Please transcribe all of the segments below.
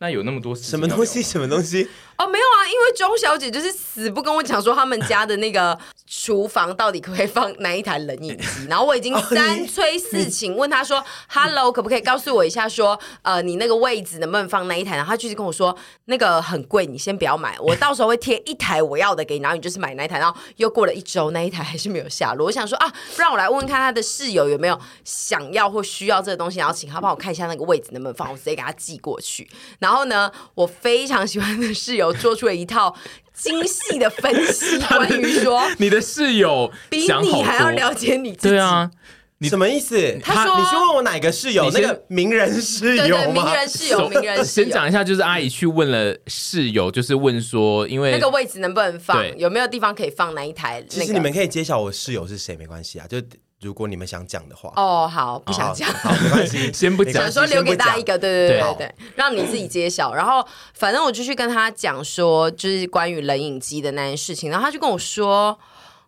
那有那么多什么东 西？？什么东西？哦，没有啊，因为钟小姐就是死不跟我讲说他们家的那个厨房到底可不可以放哪一台冷饮机，然后我已经三催四请问她说，Hello，可不可以告诉我一下说，呃，你那个位置能不能放那一台？然后她就是跟我说，那个很贵，你先不要买，我到时候会贴一台我要的给你，然后你就是买那一台。然后又过了一周，那一台还是没有下落。我想说啊，不然我来问问看她的室友有没有想要或需要这个东西，然后请她帮我看一下那个位置能不能放，我直接给她寄过去。然后呢，我非常喜欢的室友做出了一套精细的分 析，关于说你的室友比想好你多还要了解你自己。对啊，你什么意思？他说你是问我哪个室友？你那先个名人室对对，友吗名？人室友，首名人室先友，讲一下，就是阿姨去问了室友，就是问说，因为那个位置能不能放对？有没有地方可以放哪一台？其实那你个们可以揭晓我室友是谁，没关系啊。就如果你们想讲的话，哦，好，不想讲。好，好没关系，先不讲没关 想系说留给大家一。先不讲个，对对对对对对，让你自己揭晓。然后反正我就去跟他讲说，就是关于冷饮机的那件事情，然后他就跟我说，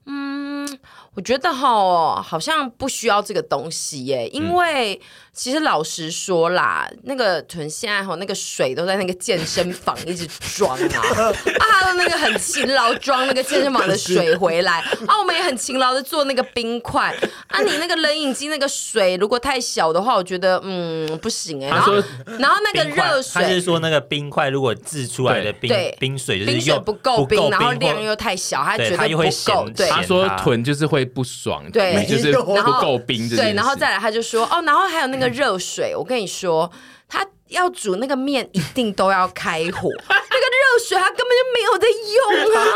嗯，我觉得哈，好像不需要这个东西嗯耶，因为其实老实说啦，那个屯现在哈，那个水都在那个健身房一直装 啊，啊，他的那个很勤劳装那个健身房的水回来，啊，我们也很勤劳的做那个冰块，啊，你那个冷饮机那个水如果太小的话，我觉得嗯不行哎，然他后说然后那个冰块热他是水。说那个冰块如果制出来的冰对冰水就是冰水又不够冰，冰，然后或量又太小，他对觉得他又会不够。嫌对，他嫌说他臀就是会不爽，对就是没有不然后够冰这件事，对，然后再来他就说哦，然后还有 那个热水，我跟你说，他要煮那个面一定都要开 火，那个热水他根本就没有在用啊，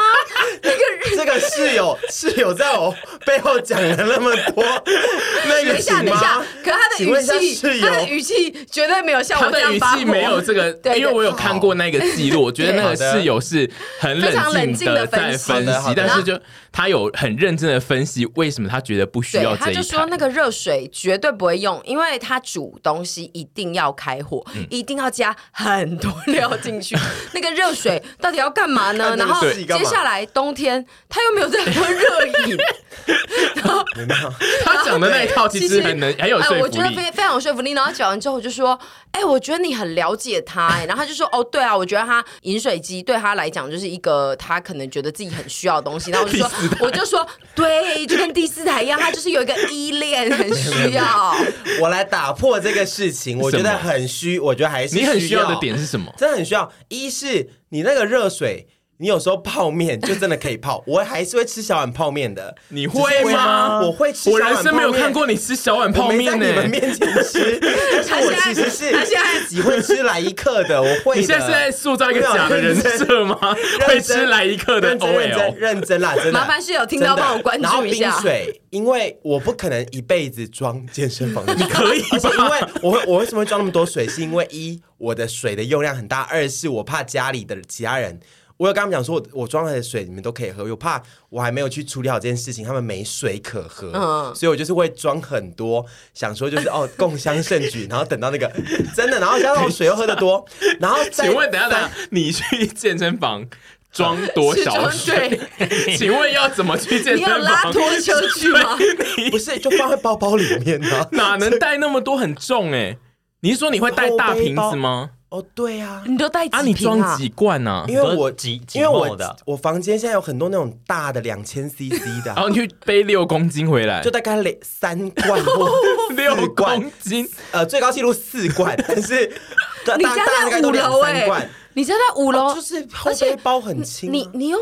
那个。这个室友室友在我背后讲了那么多，那等个一下，行等一下吗？，可他的请问一下语室气，友他的语气绝对没有像他我这的样语发气没有这个，对对因为我有看过那个记 录，我觉得那个室友是很非常冷冷静静的地分在析分好的好析的，但是就他有很认真的分析为什么他觉得不需对要，他这一就台。说那个热水绝对不会用，因为他煮东西一定要开火，一定要加很多料进去。那个热水到底要干嘛呢？看那然个后戏干接嘛下来冬天他又没有在喝热饮，他讲的那一套其实很能很有说哎，我服觉得力。非非常有说服力。然后讲完之后，我就说，哎、我觉得你很了解他、哎，然后他就说，哦，对啊，我觉得他饮水机对他来讲就是一个他可能觉得自己很需要的东西。然后我就说，我就说，对，就跟第四台一样，他就是有一个依恋，很需要。我来打破这个事 情，我觉什得么很虚，我觉得还是你很需需要要的点是什么？真的很需要。一是你那个热水，你有时候泡面就真的可以 泡，我还是会吃小碗泡面的。你会吗？我会吃小我碗泡人面生没有看过你吃小碗泡面欸我没呢在你。们面前吃，但是我其实是他现在喜欢吃来一克的，我会的。你现在是在塑造一个假的人设吗？会吃来一 克的认真认 OL 真。认 真啦，真的。麻烦室友听到真的帮我关注然后一下冰水，因为我不可能一辈子装健身 房的水，你可以吧而且因为我会我为什么会装那么多水，是因为一我的水的用量很大，二是我怕家里的其他人。我有跟他们讲说，我我装的水你们都可以喝，我怕我还没有去处理好这件事情，他们没水可喝，嗯所以我就是会装很多，想说就是哦共襄盛举，然后等到那个 真的，然后加上我水又喝得多，然后再请问等一下等一下，你去健身 房装多是少装水？ 请问要怎么去健身你有房？拉拖车去吗？不是就放在包包里面啊呢、哪能带那么多很重哎、你是说你会带大瓶子吗？哦，对啊，你都带几瓶啊，你装几罐啊？因为我你说几几因为我号的啊我房间现在有很多那种大的两千 CC 的然啊、哦后你去背六公斤回来就，大概两三罐或六四罐公，斤，呃，最高纪录四罐， 但是大你大家大概在都五两楼三哎、罐，哦你家在五楼、就是后背包很轻啊、你你用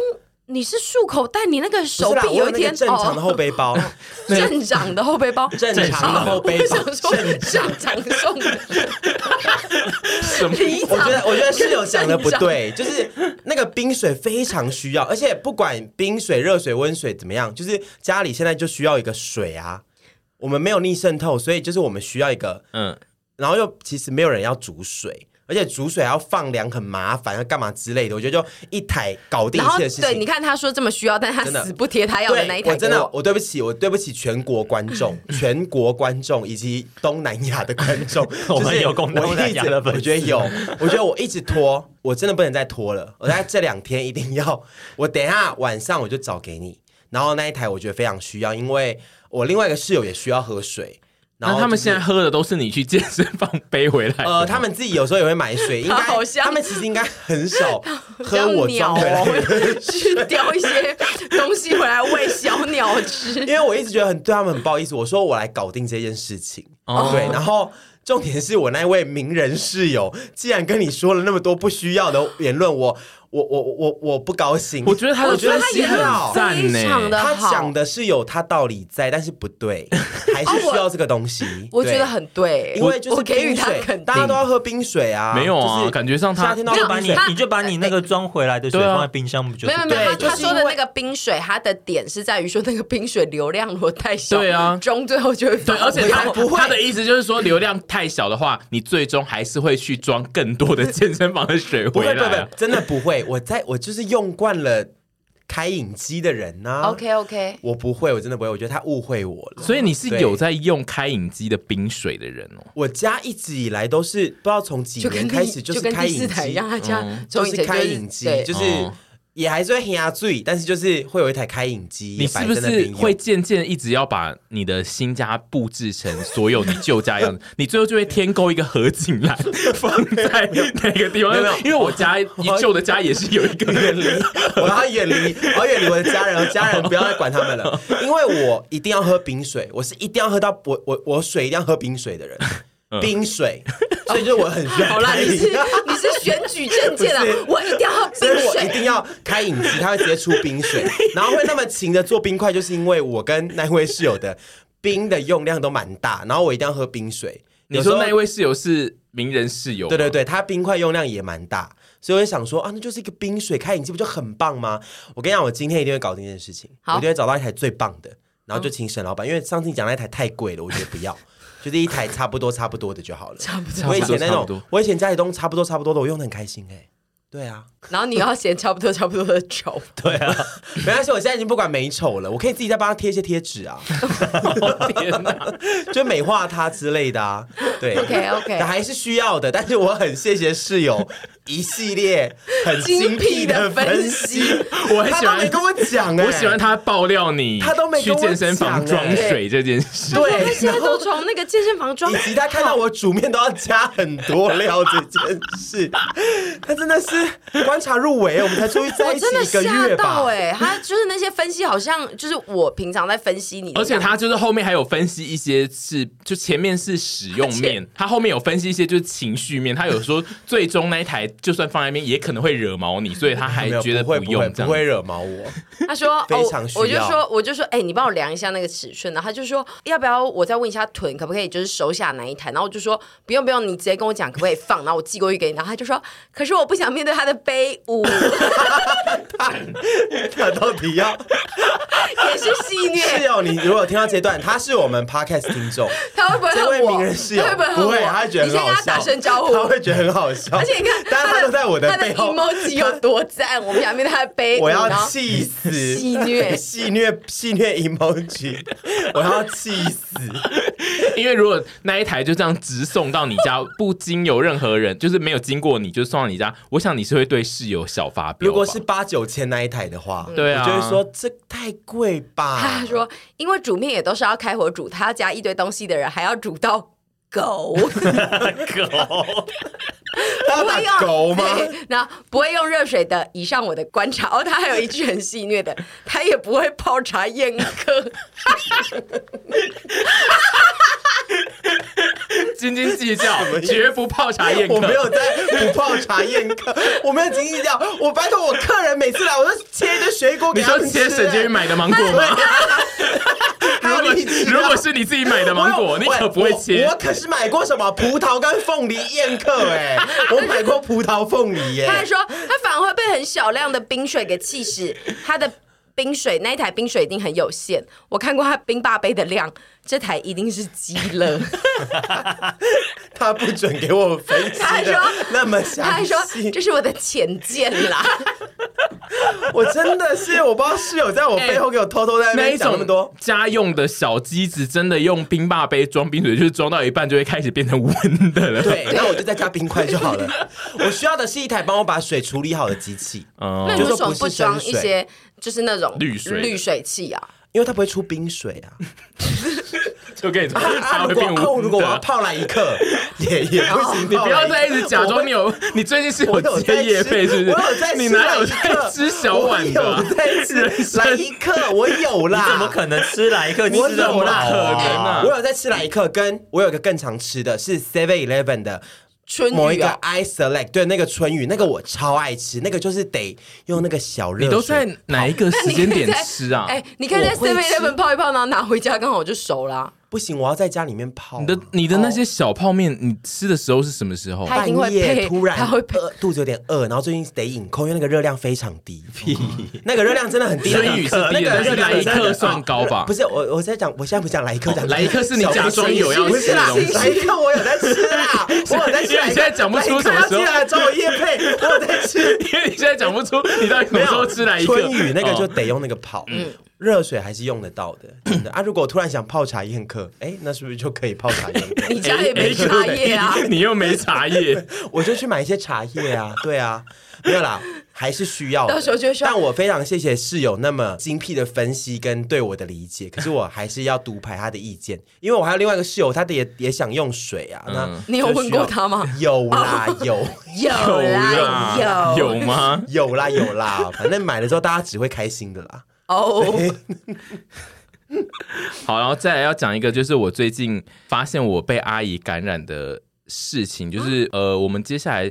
你是漱口袋，你那个手不是啦臂我有一那个天正常的后背包，哦、 正长的后背包，正常的后背包我，想说正常。正长送的，什么？里 我长觉得，我觉得室友讲的不对，就是那个冰水非常需要，而且不管冰水、热水、温水怎么样，就是家里现在就需要一个水啊。我们没有逆渗透，所以就是我们需要一个，嗯，然后又其实没有人要煮水，而且煮水还要放凉，很麻烦，要干嘛之类的。我觉得就一台搞定然一后切的事情。对，你看他说这么需要，但他真的死不贴他要的对，那一台给我真的，我对不起，我对不起全国观众、全国观众以及东南亚的观众，我们就是有共东南亚的粉丝我一直我觉得有，我觉得我一直拖，我真的不能再拖了。我在这两天一定要，我等一下晚上我就找给你。然后那一台我觉得非常需要，因为我另外一个室友也需要喝水。然后那他们就是现在喝的都是你去健身房背回来的吗呃，他们自己有时候也会买 水，应该好像他们其实应该 很少喝像我鸟装回来的哦，去叼一些东西回来喂小鸟吃。因为我一直觉得 很对他们很不好意思，我说我来搞定这件事情，哦对，然后。重点是我那位名人室友，既然跟你说了那么多不需要的言论，我我我我我不高兴。我觉得他的我觉得分他析言很论赞呢、非常的他好讲的是有他道理在，但是不对，还是需要这个东西。哦我对觉得，很对，因为就是我给予冰他水肯定。大家都要喝冰水啊。没有啊就是感觉上他夏天都没要有喝把冰你水。他你就把你那个装回来的水对啊放在冰箱，不就没是有没有，没有对就他是说的因为那个冰水，它的点是在于说那个冰水流量如果太小，对啊中最后就会对，而且他爆不会他的意思就是说，流量太小的话，你最终还是会去装更多的健身房的水不回会不来、会，不啊会。真的不会。我在我就是用惯了开饮机的人呐、 OK OK，我不会，我真的不会。我觉得他误会我了。所以你是有在用开饮机的冰水的人哦、我家一直以来都是不知道从几就年跟开第始就是跟开第影四台一机样，，他家 就从以是前开影机，对就是哦也还是会黑啊醉，但是就是会有一台开影机，你是不摆在那边是用会？渐渐一直要把你的新家布置成所有你旧家样子？ 你最后就会添购一个合景栏放在哪个地方没有没有？因为我家你旧的家也是有一个 远离，我要远离，我要远离我的家人，我家人不要再管他们了，因为我一定要喝冰水，我是一定要喝到我我我水一定要喝冰水的人，冰水，所以就是我很需要 好啦，开你饮是你是选举证件啊哎 不是，我一定要喝冰所以我一水。定要开影集，他会直接出冰 水，然后会那么勤的做冰块，就是因为我跟那位室友的冰的用量都蛮大，然后我一定要喝冰水。你说那一位？位室友是名人室友？对对，对，他冰块用量也蛮大，所以我就想说啊，那就是一个冰水开饮机不就很棒吗？我跟你讲，我今天一定会搞定这件事情，我好一定会找到一台最棒的，然后就请沈老板，因为上次你讲那台太贵了，我觉得不要。就是一台差不多差不多的就好了，差不多我以前那差不种多，我以前家里东西差不多差不多的，我用的很开心哎、对啊，然后你要嫌差不多差不多的丑，没关系，我现在已经不管美丑了，我可以自己再帮他贴一些贴纸啊， 天哪！就美化他之类的啊。对 OK，OK 但还是需要的。但是我很谢谢室友一系列很精辟的分析， 我很他喜都没欢跟我讲哎、我喜欢他爆料你，他都没去跟我健身房讲装欸水这件事。他们对，现在都从那个健身房装以，及他看到我煮面都要加很多料这件事，他真的是观察入围，我们才出去在我一起真的一个吓月吧到。哎、他就是那些分析，好像就是我平常在分析你的而样子，且他就是后面还有分析一些是，就前面是使用面，他后面有分析一些就是情绪面。他有说最终那一台就算放在那边也可能会惹毛你，所以他还没有觉得不会不会用这不样。会惹毛我，他说非常需要哦，我就说我就说，哎、你帮我量一下那个尺寸，啊然后他就说要不要我再问一下臀可不可以就是手下哪一台，然后我就说不用不用，你直接跟我讲可不可以放，然后我寄过去给你，然后他就说可是我不想面对他的卑污， 他到底 要也是戏室虐，友，你如果听到这段，他是我们 podcast 听众，他 会不会 这位恨我？名人室友他会不会恨不我？会，他会觉得你很先好跟他笑，打声招呼。他会觉得很好笑。 而且你看，但是他都在我的背他后， emoji 有多赞，我们想面对他的卑污，我要然后气死，戏 虐戏虐，戏虐 emoji，我要气死。因为如果那一台就这样直送到你家，不经由任何人，就是没有经过你就送到你家，我想你是会对室友小发飙吧。如果是八九千那一台的话，对啊我就会说这太贵吧。他说，因为煮面也都是要开火煮，他要加一堆东西的人，还要煮到 狗。狗？他要不会用打狗吗？ 对然后不会用热水的，以上我的观察。哦，他还有一句很戏谑的，他也不会泡茶宴客。 斤斤计较，绝不泡茶宴客。 我没有在不泡茶宴客，我没有经历掉。我拜托我客人每次来，我都切一堆水果给你他说们吃、切省煎鱼欸。买的芒果吗？ 还有如果荔枝如果是你自己买的芒我果，有你可不会切我。我。可是买过什么葡萄跟凤梨宴 客哎、我买过葡萄凤梨哎耶、他还说，他反而会被很少量的冰水给气死。他的冰水那一台冰水一定很有限，我看过他冰霸杯的量，这台一定是极 了。他不准给我分析他还的说那么他还详说细这，是我的浅见啦，我真的是我不知道室友在我背后给我偷偷在那哎那边一讲那种么多。家用的小机子，真的用冰霸杯装冰水，就是装到一半就会开始变成温的了。对，哎那我就再加冰块就 好了。我需要的是一台帮我把水处理好的机器，嗯，那你为什么就说不不是装生一水些就是那种滤水的滤水器啊？因为它不会出冰水 啊。就跟你说，啊，它会如果变啊，温如果我要的。泡来一克，也也不行。你不要泡来再一克直假装你有，你最近是我有有在接夜吃费是不我有在是？吃你哪有来一克在吃小碗的 我啊有？在吃来一克，我有啦。怎么可能吃来一个我吃的有啦，可能啊我有在吃来一克，跟我有一个更常吃的是 Seven Eleven 的春某一雨个啊， I Select，对，那个春雨，那个我超爱吃，那个就是得用那个小热水。你都在哪一个时间点 那你可以在吃 啊？ 哎，你可以在我会 Seven 吃 Eleven 泡一泡，然后拿回家刚好就熟啦。不行，我要在家里面泡啊。你的你的那些小泡面，你吃的时候是什么时候？它一定会半夜配突然它会配饿肚子有点饿，然后最近得饮控，因为那个热量非常低，那个热量真的很低。啊春雨是那低个的，但热是量来一真的克算高吧？不是我，我在讲，我现在不讲来一克，讲来一啊哦克是你假装有要不吃是的啦东西，来 一克我有在吃啊啦，我有在吃因为来一克。你现在讲不出什么时候来一克他竟然来找我叶配，我有在吃。因为你现在讲不出你到底什么时候吃来一哦个春雨那个就哎得用那个泡， 嗯热水还是用得到的。真的啊，如果我突然想泡茶宴客，哎，那是不是就可以泡 茶宴客？ 你家也哎哎没茶叶啊？你又没茶 叶，我就去买一些茶叶啊，对啊，没 有啦，还是需要的。到时候就会说但我非常谢谢室友那么精辟的分析跟对我的理解，可是我还是要独排他的意见，因为我还有另外一个室友，他的也也想用水啊。嗯那你有问过他吗？ 有啦，有有啦，有有吗？有啦，有啦，反正买了之后大家只会开心的啦。哦，好，然后再来要讲一个，就是我最近发现我被阿姨感染的事情，就是呃，我们接下来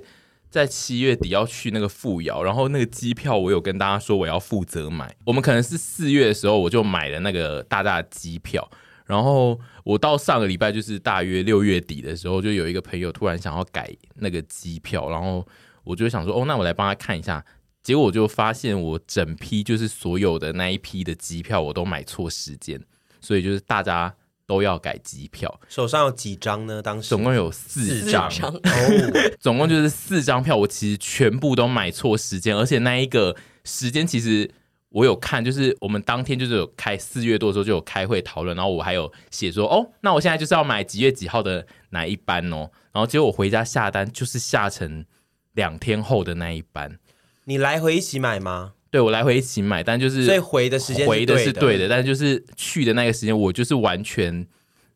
在七月底要去那个富瑶，然后那个机票我有跟大家说我要负责买，我们可能是四月的时候我就买了那个大大的机票。然后我到上个礼拜，就是大约六月底的时候，就有一个朋友突然想要改那个机票，然后我就想说，哦，那我来帮他看一下。结果我就发现，我整批就是所有的那一批的机票，我都买错时间。所以就是大家都要改机票，手上有几张呢？当时总共有四张，四张哦，总共就是四张票，我其实全部都买错时间，而且那一个时间其实我有看，就是我们当天就是有开四月多的时候就有开会讨论，然后我还有写说，哦，那我现在就是要买几月几号的哪一班哦，然后结果我回家下单就是下成两天后的那一班，你来回一起买吗？对我来回一起买，但 就是所以回的时间回的的是对的，但就是去的那个时间，我就是完全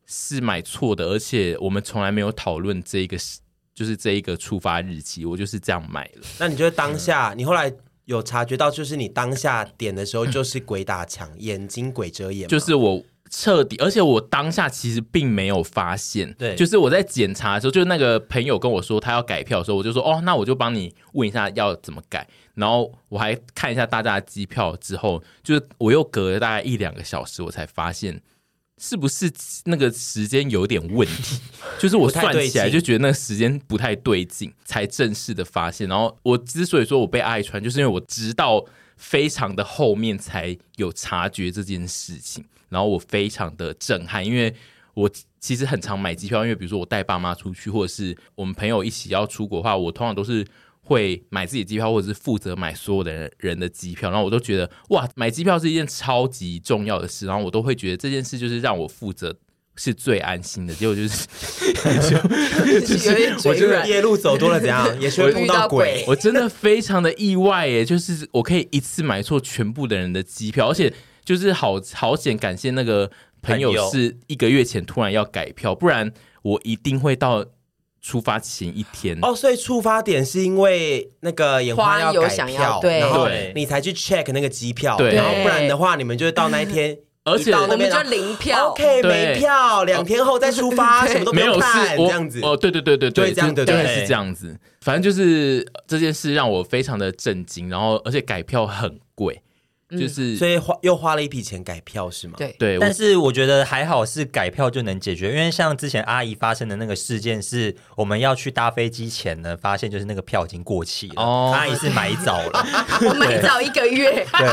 是买错的，而且我们从来没有讨论这一个时，就是这一个出发日期，我就是这样买了。那你觉得当下，你后来有察觉到，就是你当下点的时候就是鬼打墙，眼睛鬼遮眼吗，就是我彻底，而且我当下其实并没有发现，对就是我在检查的时候，就是那个朋友跟我说他要改票的时候，我就说哦，那我就帮你问一下要怎么改，然后我还看一下大家的机票之后，就是我又隔了大概一两个小时，我才发现。是不是那个时间有点问题？就是我算起来就觉得那个时间不太对劲，才正式的发现。然后我之所以说我被爱穿，就是因为我直到非常的后面才有察觉这件事情，然后我非常的震撼，因为我其实很常买机票，因为比如说我带爸妈出去，或者是我们朋友一起要出国的话，我通常都是。会买自己的机票，或者是负责买所有的人人的机票，然后我都觉得哇，买机票是一件超级重要的事，然后我都会觉得这件事就是让我负责是最安心的。结果就是有点我嘴觉软得。夜路走多了怎样，也是会碰到鬼。 我真的非常的意外耶，就是我可以一次买错全部的人的机票，而且就是好好险，感谢那个朋友朋友是一个月前突然要改票，不然我一定会到出发前一天。哦，所以触发点是因为那个眼花要花友改想票要，对然后对你才去 check 那个机票，对然后不然的话，你们就是到那一天 而且一到我那们边就然后零票。 OK，对没票，两天后再出 发，什么都不没有用是看，我这样子。哦，对对对对对这样对就对对是这样子。反正就是呃这件事让我非常的震惊，然后而且改票很贵，就是、嗯所以花又花了一笔钱改票是吗？对对，我但是我觉得还好是改票就能解决，因为像之前阿姨发生的那个事件是，我们要去搭飞机前呢，发现就是那个票已经过期了，哦阿姨是买早了。啊我们早一个月，对，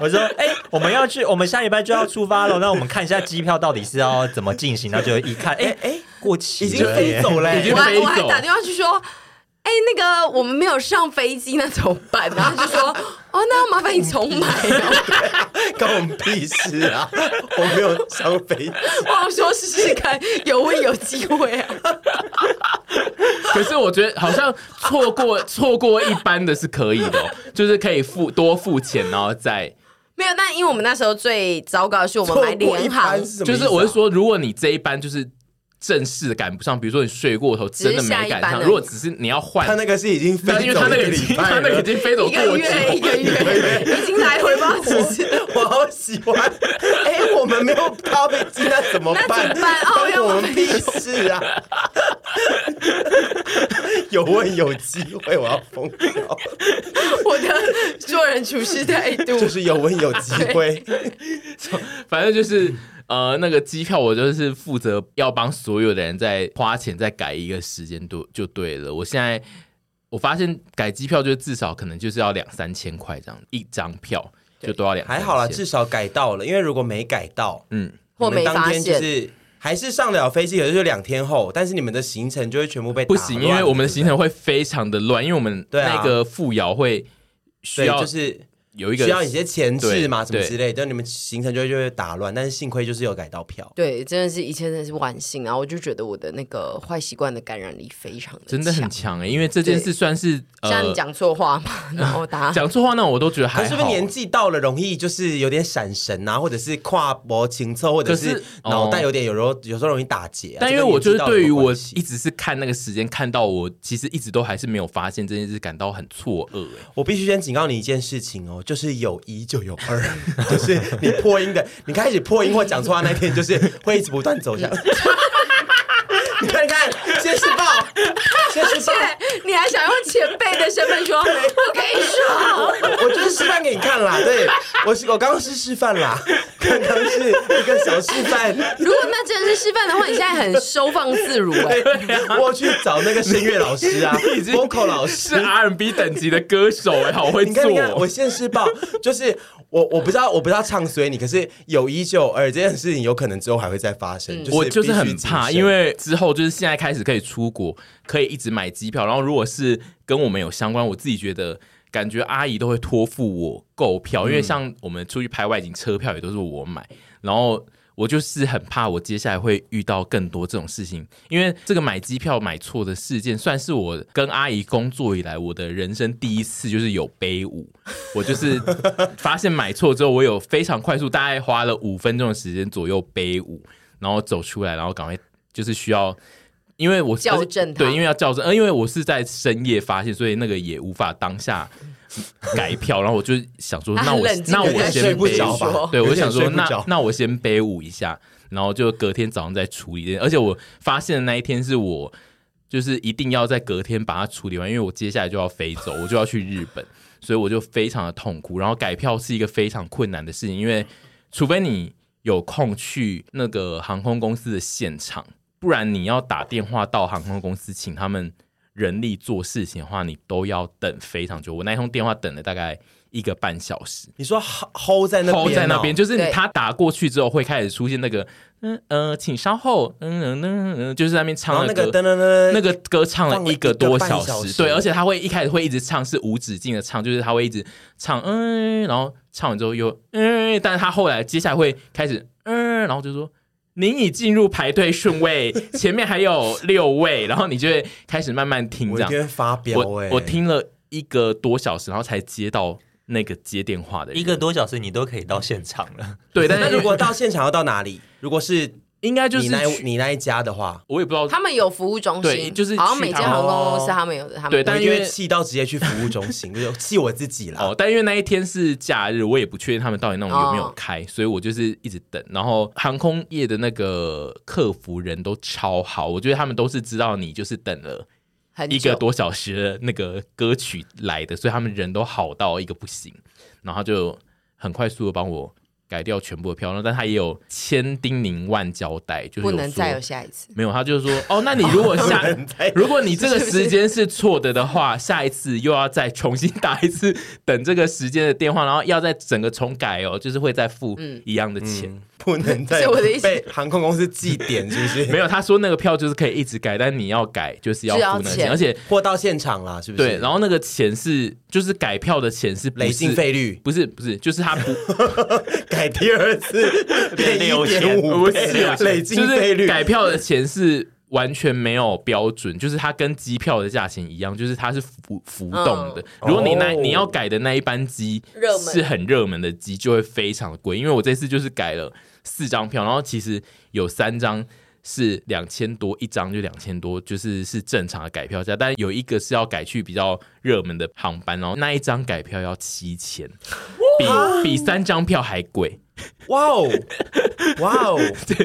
我说，哎、我们要去，我们下礼拜就要出发了，那我们看一下机票到底是要怎么 进行，然后就一看，哎、哎、过期已经了飞走 了、已经我还飞走我还打电话去说。哎、那个我们没有上飞机，那怎么办？然后他就说，哦，那要麻烦你重买哦。关我们屁事啊！ 我没有上飞，我想说试试看，有问有机会啊。可是我觉得好像错过错过一般的是可以的哦、就是可以付多付钱，然后再没有，但因为我们那时候最糟糕的是我们买错过一联班航，是什么意思啊就是我是，说，如果你这一班就是。正式赶不上，比如说你睡过头，只是真的下没一赶班上。而已如果只是你要换他，那个是已经飞但因为走他了那一个个已经礼拜他了，那个已经飞走一个过期了月一个月，已经来回吧，只是。我好喜欢。哎、我们没有搭飞机，那怎么办？那 怎么办哦关我们屁事 啊！有问有机会，我要疯掉。我的做人处事态度，就是有问有机 会，反正就是呃，那个机票我就是负责要帮所有的人在花钱再改一个时间度就对了。我现在我发现改机票就至少可能就是要两三千块这样，一张票就都要两还好啦，三千至少改到了。因为如果没改到，嗯，或你们没当发天就现。是还是上得了飞机，可是就两天后，但是你们的行程就会全部被不打行，乱因为我们对的不对行程会非常的乱，因为我们对啊那个副摇会需对要就是有一个需要一些前置嘛，对什么之对类的，你们行程就会就会打乱。但是幸亏就是有改到票，对，真的是一切真的是万幸，然后我就觉得我的那个坏习惯的感染力非常的真的很强。强哎、因为这件事算是像呃你讲错话嘛，然后大家讲错话那我都觉得还可好，是不是年纪啊到了容易就是有点闪神啊，或者是跨脖情凑，或者可是是哦脑袋有点有时候有时候容易打结、啊。但因为这我跟年纪就是到了对于有我关系一直是看那个时间，看到我其实一直都还是没有发现这件事，感到很错愕、 欸。我必须先警告你一件事情哦，就是有一就有二， 就是你破音的，你开始破音或讲错话那天，就是会一直不断走 下。你看，你看，先是爆，先是爆，对， 你还想用前辈的身份说，我 跟你说，我就是示范给你看啦，对我是我刚刚是示范啦，刚刚是一个小示范。 啊如果那真的是示范的话，你现在很收放自如哎、我去找那个声乐老师啊 已经，vocal 老 是师。 R&B 等级的歌手、欸，好会你看，你看，我做。现世报 就是我，我不知道，我不知道唱衰你，可是有一就有二这件事情，有可能之后还会再发生。我就就是是必很须谨怕，慎因为之后就是现在开始可以出国，可以一直买机票。然后如果是跟我们有相关，我自己觉得感觉阿姨都会托付我购票，因为像我们出去拍外景，车票也都是我买。然后我就是很怕我接下来会遇到更多这种事情，因为这个买机票买错的事件，算是我跟阿姨工作以来我的人生第一次就是有背舞。 我就是发现买错之后，我有非常快速，大概花了五分钟的时间左右背舞，然后走出来，然后赶快就是需要，因为我是校正它对，因为要校正，呃，因为我是在深夜发现，所以那个也无法当下改票，然后我就想说， 他那很我冷静那地我在先睡不背着舞吧对，有我点想说睡不那着那我先背舞一下，然后就隔天早上再处理这件，而且我发现的那一天是我。就是一定要在隔天把它处理完，因为我接下来就要飞走，我就要去日本，所以我就非常的痛苦。然后改票是一个非常困难的事情，因为除非你有空去那个航空公司的现场，不然你要打电话到航空公司请他们人力做事情的话，你都要等非常久。我那一通电话等了大概一个半小时。你说 hold 在那边、哦，抛在那边，就是你对他打过去之后会开始出现那个，嗯呃，请稍后，嗯嗯嗯嗯，就是在那边然唱后那那个个噔噔噔，那个歌唱呃放了了一一个个多半小小时时，对，而且他会一开始会一直唱，是无止境的唱，就是他会一直唱，嗯，然后唱完之后又嗯，但是他后来接下来会开始嗯，然后就说您已进入排队顺位，前面还有六位，然后你就会开始慢慢听我这一样定。会发飙我哎、我听了一个多小时，然后才接到那个接电 话的人一个多小时你都可以到现场了，对，但那是如果到现场要到哪里？如果是应该就是你那去你那一家的话，我也不知道他们有服务中对心，就是好像去每间他哦航们空公司他们有的，他们对有但我因就会为气到直接去服务中心， 就是气我自己啦。哦，但因为那一天是假日，我也不确定他们到底那种有没有哦开，所以我就是一直等。然后航空业的那个客服人都超好，我觉得他们都是知道你就是等了很一个久多小时的那个歌曲来的，所以他们人都好到一个不行。然后他就很快速的帮我改掉全部的票，然后但他也有千叮咛万交代，就是不有能说再有下一次。没有，他就是说，哦，那你如果 下不能再，如果你这个时间是错的的话，下一次又要再重新打一次等这个时间的电话，然后要再整个重改哦，就是会再付一样的钱。不能再是我的意思被航空公司记点，是不是？ 没有，他说那个票就是可以一直改，但你要改就是要是要付那个钱，钱而且货到现场啦，是不是？对，然后那个钱是就是改票的钱是不累是进费率不是不是，就是他不改第二次变一六点千五倍，累进费就是率改票的钱是完全没有标准，就是它跟机票的价钱一样，就是它是浮浮动的。如果你那、哦你要改的那一班机热门是很热门的机，就会非常贵。因为我这次就是改了四张票，然后其实有三张。是两千多一张就两千多，就是是正常的改票价，但有一个是要改去比较热门的航班，然后那一张改票要七千，比比三张票还贵。哇哦，哇哦，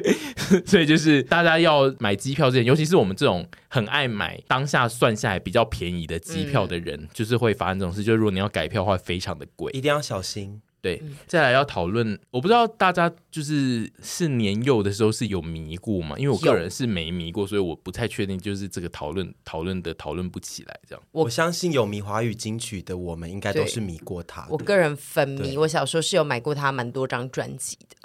所以就是大家要买机票之前，尤其是我们这种很爱买当下算下来比较便宜的机票的人，就是会发生这种事。就是如果你要改票的话，非常的贵一。定要小心。对，再来要讨论，我不知道大家就是是年幼的时候是有迷过吗？因为我个人是没迷过，所以我不太确定，就是这个讨论讨论的讨论不起来这样。我相信有迷华语金曲的我们，应该都对是迷过他。我个人粉迷，啊对嗯我小时候是有买过他蛮多张专辑的，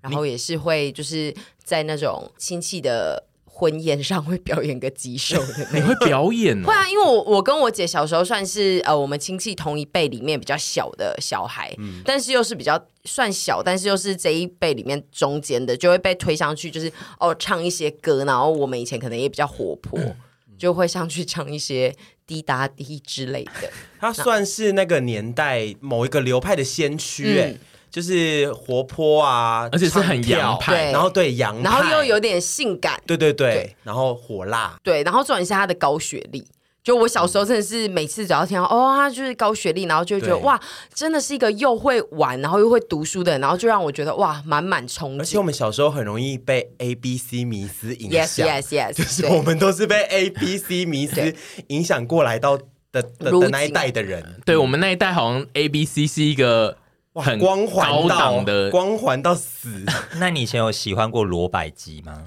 然后也是会就是在那种亲戚的婚宴上会表演个几首的那 你种。会表演哦会？啊，因为我我跟我姐小时候算是呃我们亲戚同一辈里面比较小的小孩，嗯但是又是比较算小，但是又是这一辈里面中间的，就会被推上去，就是哦唱一些歌，然后我们以前可能也比较活泼，嗯就会上去唱一些滴答滴之类的。他算是那个年代某一个流派的先驱，哎、嗯就是活泼啊，而且是很唱跳洋派对然后对洋派，然后又有点性感，对对对，对然后火辣，对，然后重点是他的高学历。就我小时候真的是每次只要听到哦，他就是高学历，然后就会觉得嗯对哇，真的是一个又会玩，然后又会读书的人，然后就让我觉得哇，满满憧而且憬我。们小时候很容易被 A B C 迷思影 Yes, 响 yes, yes，就是对我们都是 被 A B C 迷思对影响过来到的的如的今啊那一代的人，对我们那一代好像 A B C 是一个哇很光环高到档的光环到死，那你以前有喜欢过罗百吉吗？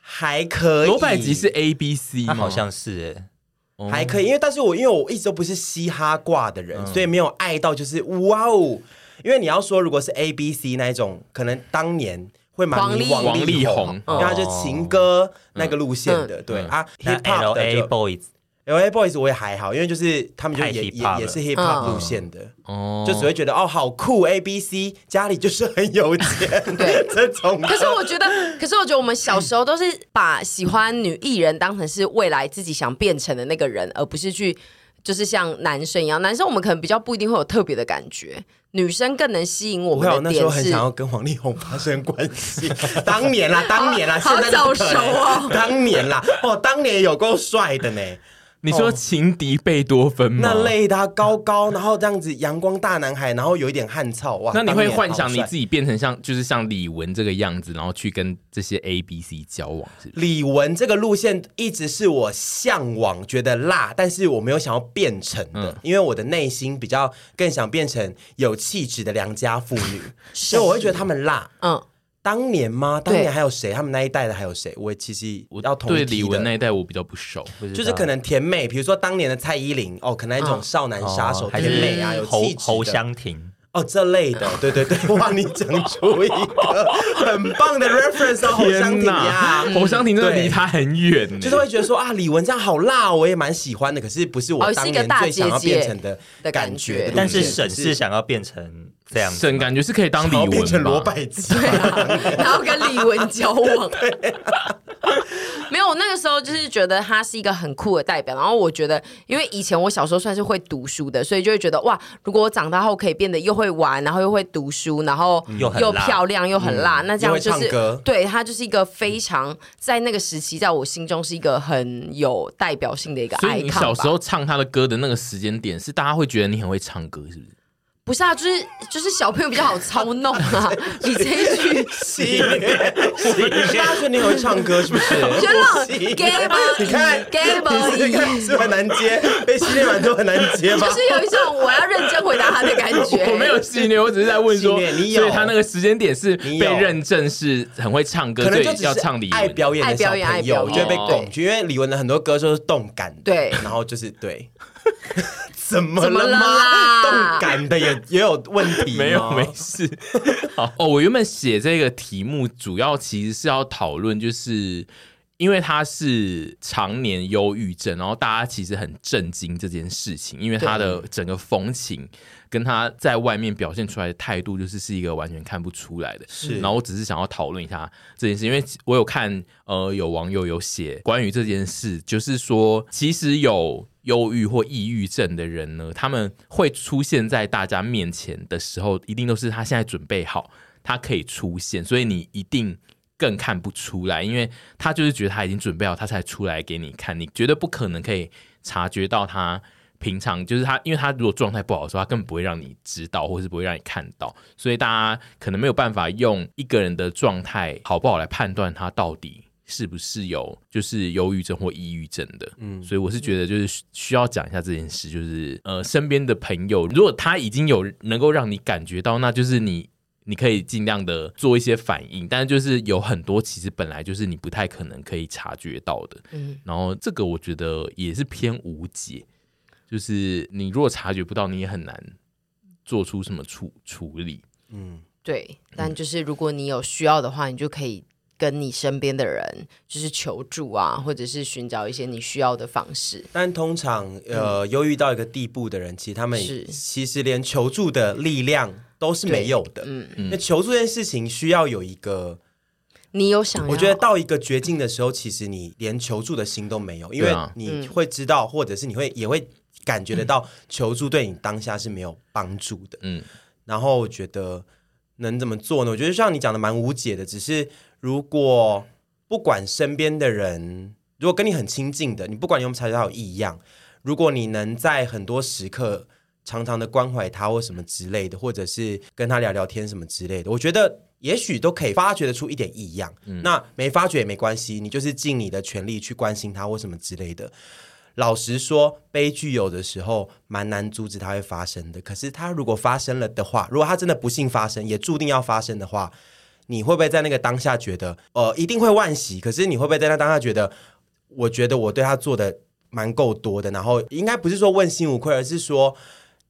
还可以。罗百吉是 A B 嗯 C 他吗？好像是欸，哦还可以，因为但是我因为我一直都不是嘻哈挂的嗯人，所以没有爱到就是哇哦。因为你要说如果是 A B C 那一种，可能当年会蛮迷王力王力宏宏，因为他就情歌那个路线的，对哦嗯啊那，hip L hop 的 A 就 Boys L A Boys 我也还好，因为就是他们就太也也 hip hop 也是了 hip 嗯 hop 路线的，哦就只会觉得哦好酷 A B C，家里就是很有钱， 对这种的。可是我觉得，可是我觉得我们小时候都是把喜欢女艺人当成是未来自己想变成的那个人，而不是去就是像男生一样，男生我们可能比较不一定会有特别的感觉，女生更能吸引我啊我有们的那时候点很是想要跟王力宏发生关 系，当年啦，当年啦，好现在就不可能好早熟哦当年啦，哦，当年有够帅的呢，你说情敌贝多芬吗？哦那类的啊高高，然后这样子阳光大男孩，然后有一点汗臭哇。那你会幻当想年你好帅自己变成像，就是像李玟这个样子，然后去跟这些 A、B、C 交往，是不是？李玟这个路线一直是我向往，觉得辣，但是我没有想要变成的，嗯因为我的内心比较更想变成有气质的良家妇女，所以我会觉得他们辣。嗯，当年吗？当对年还有谁？他们那一代的还有谁？我其实我要同对梯李的玟那一代我比较不熟，不知道，就是可能甜美，比如说当年的蔡依林哦，可能嗯那种少男杀手、哦还甜是美啊，有侯气质的侯湘婷。哦这 类的，对对对，哇，你讲出一个很棒的 reference 哦，侯湘婷呀。侯湘婷真的对离他很远呢，就是会觉得说啊，李玟这样好辣哦，我也蛮喜欢的，可是不是哦我是当一个年大最想要姐姐变成的的感感觉觉的路线。但是只沈是想要变成这样子整吗，感觉是可以当然后李变成 玟罗吧。百吉，然后跟李玟交往。没有，我那个时候就是觉得他是一个很酷的代表。然后我觉得，因为以前我小时候算是会读书的，所以就会觉得哇，如果我长大后可以变得又会玩，然后又会读书，然后又很辣又漂亮又很辣，那这样就又会唱是歌对他就是一个非常在那个时期，在我心中是一个很有代表性的一个所以 icon 你吧。小时候唱他的歌的那个时间点，是大家会觉得你很会唱歌，是不是？不是啊，就是就是小朋友比较好操弄啊， 你这一句。吸引人，大家觉得你很会唱歌是不 是？真的吸引 g a y b o 你看 g a y b o 你看是不是很难接，被吸练完都很难接吧就？是有一种我要认真回答他的感觉。 我没有戏虐，我只是在问说，戏虐你有所以他那个时间点是你被有认证是很会唱歌，可所能以就只要是唱李爱玟。表演的小爱朋表友演就会被爱表拱去，因为李玟的很多歌都是动感的，对然后就是对， 怎么怎么了了吗？啦动感的也也有问题吗，哦没有，没事。好哦，我原本写这个题目，主要其实是要讨论，就是因为他是常年忧郁症，然后大家其实很震惊这件事情，因为他的整个风情跟他在外面表现出来的态度，就是是一个完全看不出来的。是然后我只是想要讨论一下这件事，因为我有看呃有网友有写关于这件事，就是说其实有忧郁或抑郁症的人呢，他们会出现在大家面前的时候，一定都是他现在准备好，他可以出现，所以你一定。更看不出来，因为他就是觉得他已经准备好，他才出来给你看。你绝对不可能可以察觉到他平常就是他，因为他如果状态不好的时候，他根本不会让你知道，或是不会让你看到，所以大家可能没有办法用一个人的状态好不好来判断他到底是不是有就是忧郁症或抑郁症的。嗯，所以我是觉得就是需需要讲一下这件事，就是呃，身边的朋友，如果他已经有能够让你感觉到，那就是你。你可以尽量的做一些反应，但是就是有很多其实本来就是你不太可能可以察觉到的，嗯，然后这个我觉得也是偏无解，就是你如果察觉不到，你也很难做出什么处处理。对，但嗯就是如果你有需要的话，你就可以跟你身边的人就是求助啊，或者是寻找一些你需要的方式。但通常，呃，忧郁到一个地步的人，其实他们是其实连求助的力量都是没有的。嗯，那求助这件事情需要有一个，你有想要？我觉得到一个绝境的时候，其实你连求助的心都没有，因对为啊你会知道，或者是你会也会感觉得到，求助对你当下是没有帮助的。嗯，然后我觉得能怎么做呢？我觉得像你讲的蛮无解的，只是如果不管身边的人，如果跟你很亲近的，你不管有没有察觉到有异样，如果你能在很多时刻常常的关怀他或什么之类的，或者是跟他聊聊天什么之类的，我觉得。也许都可以发掘得出一点异样，那没发觉也没关系，你就是尽你的全力去关心他或什么之类的。老实说，悲剧有的时候蛮难阻止它会发生的。可是它如果发生了的话，如果它真的不幸发生，也注定要发生的话，你会不会在那个当下觉得，呃，一定会惋惜？可是你会不会在那当下觉得，呃我觉得我对他做的蛮够多的，然后应该不是说问心无愧，而是说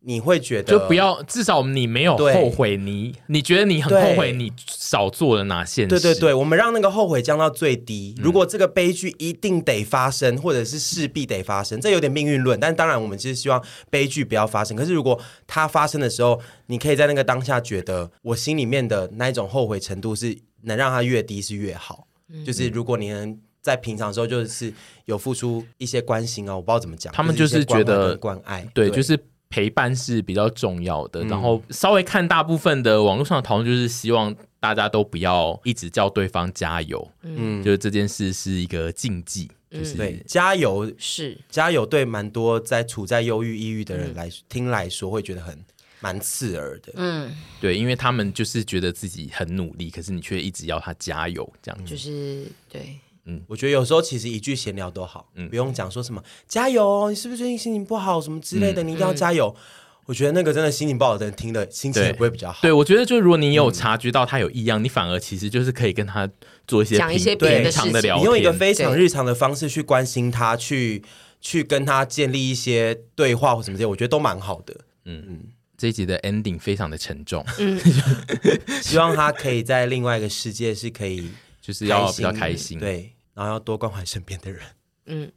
你会觉得就不。要，至少你没有对后悔你，你觉得你很后悔你少做了哪些事？对对对，我们让那个后悔降到最低。嗯如果这个悲剧一定得发生，或者是势必得发生，这有点命运论。但当然，我们其实希望悲剧不要发生。可是如果它发生的时候，你可以在那个当下觉得，我心里面的那一种后悔程度是能让它越低是越好。嗯就是如果你能。在平常的时候，就是有付出一些关心啊，我不知道怎么讲。他们就是一些就是觉得关怀跟关爱，对，就是陪伴是比较重要嗯的。然后稍微看大部分的网络上的讨论，就是希望大家都不要一直叫对方加油，嗯，就是这件事是一个禁忌，嗯就是对，加油是加油对蛮多在处在忧郁、抑郁的人来、听来说，会觉得很蛮刺耳的。嗯对，因为他们就是觉得自己很努力，可是你却一直要他加油，这样子。就是对，我觉得有时候其实一句闲聊都好，嗯不用讲说什么加油哦，你是不是最近心情不好什么之类嗯的，你一定要加油。我觉得那个真的心情不好的人听了心情也对不会比较好。对，我觉得就如果你有察觉到他有异样，你反而其实就是可以跟他做一些讲一些平别的平事常的情聊天，你用一个非常对日常的方式去关心他，去去跟他建立一些对话或什么之类，我觉得都蛮好的。这一集的 ending 非常的沉重，嗯希望他可以在另外一个世界是可以就是要比较开心。，嗯对，然后要多关怀身边的人。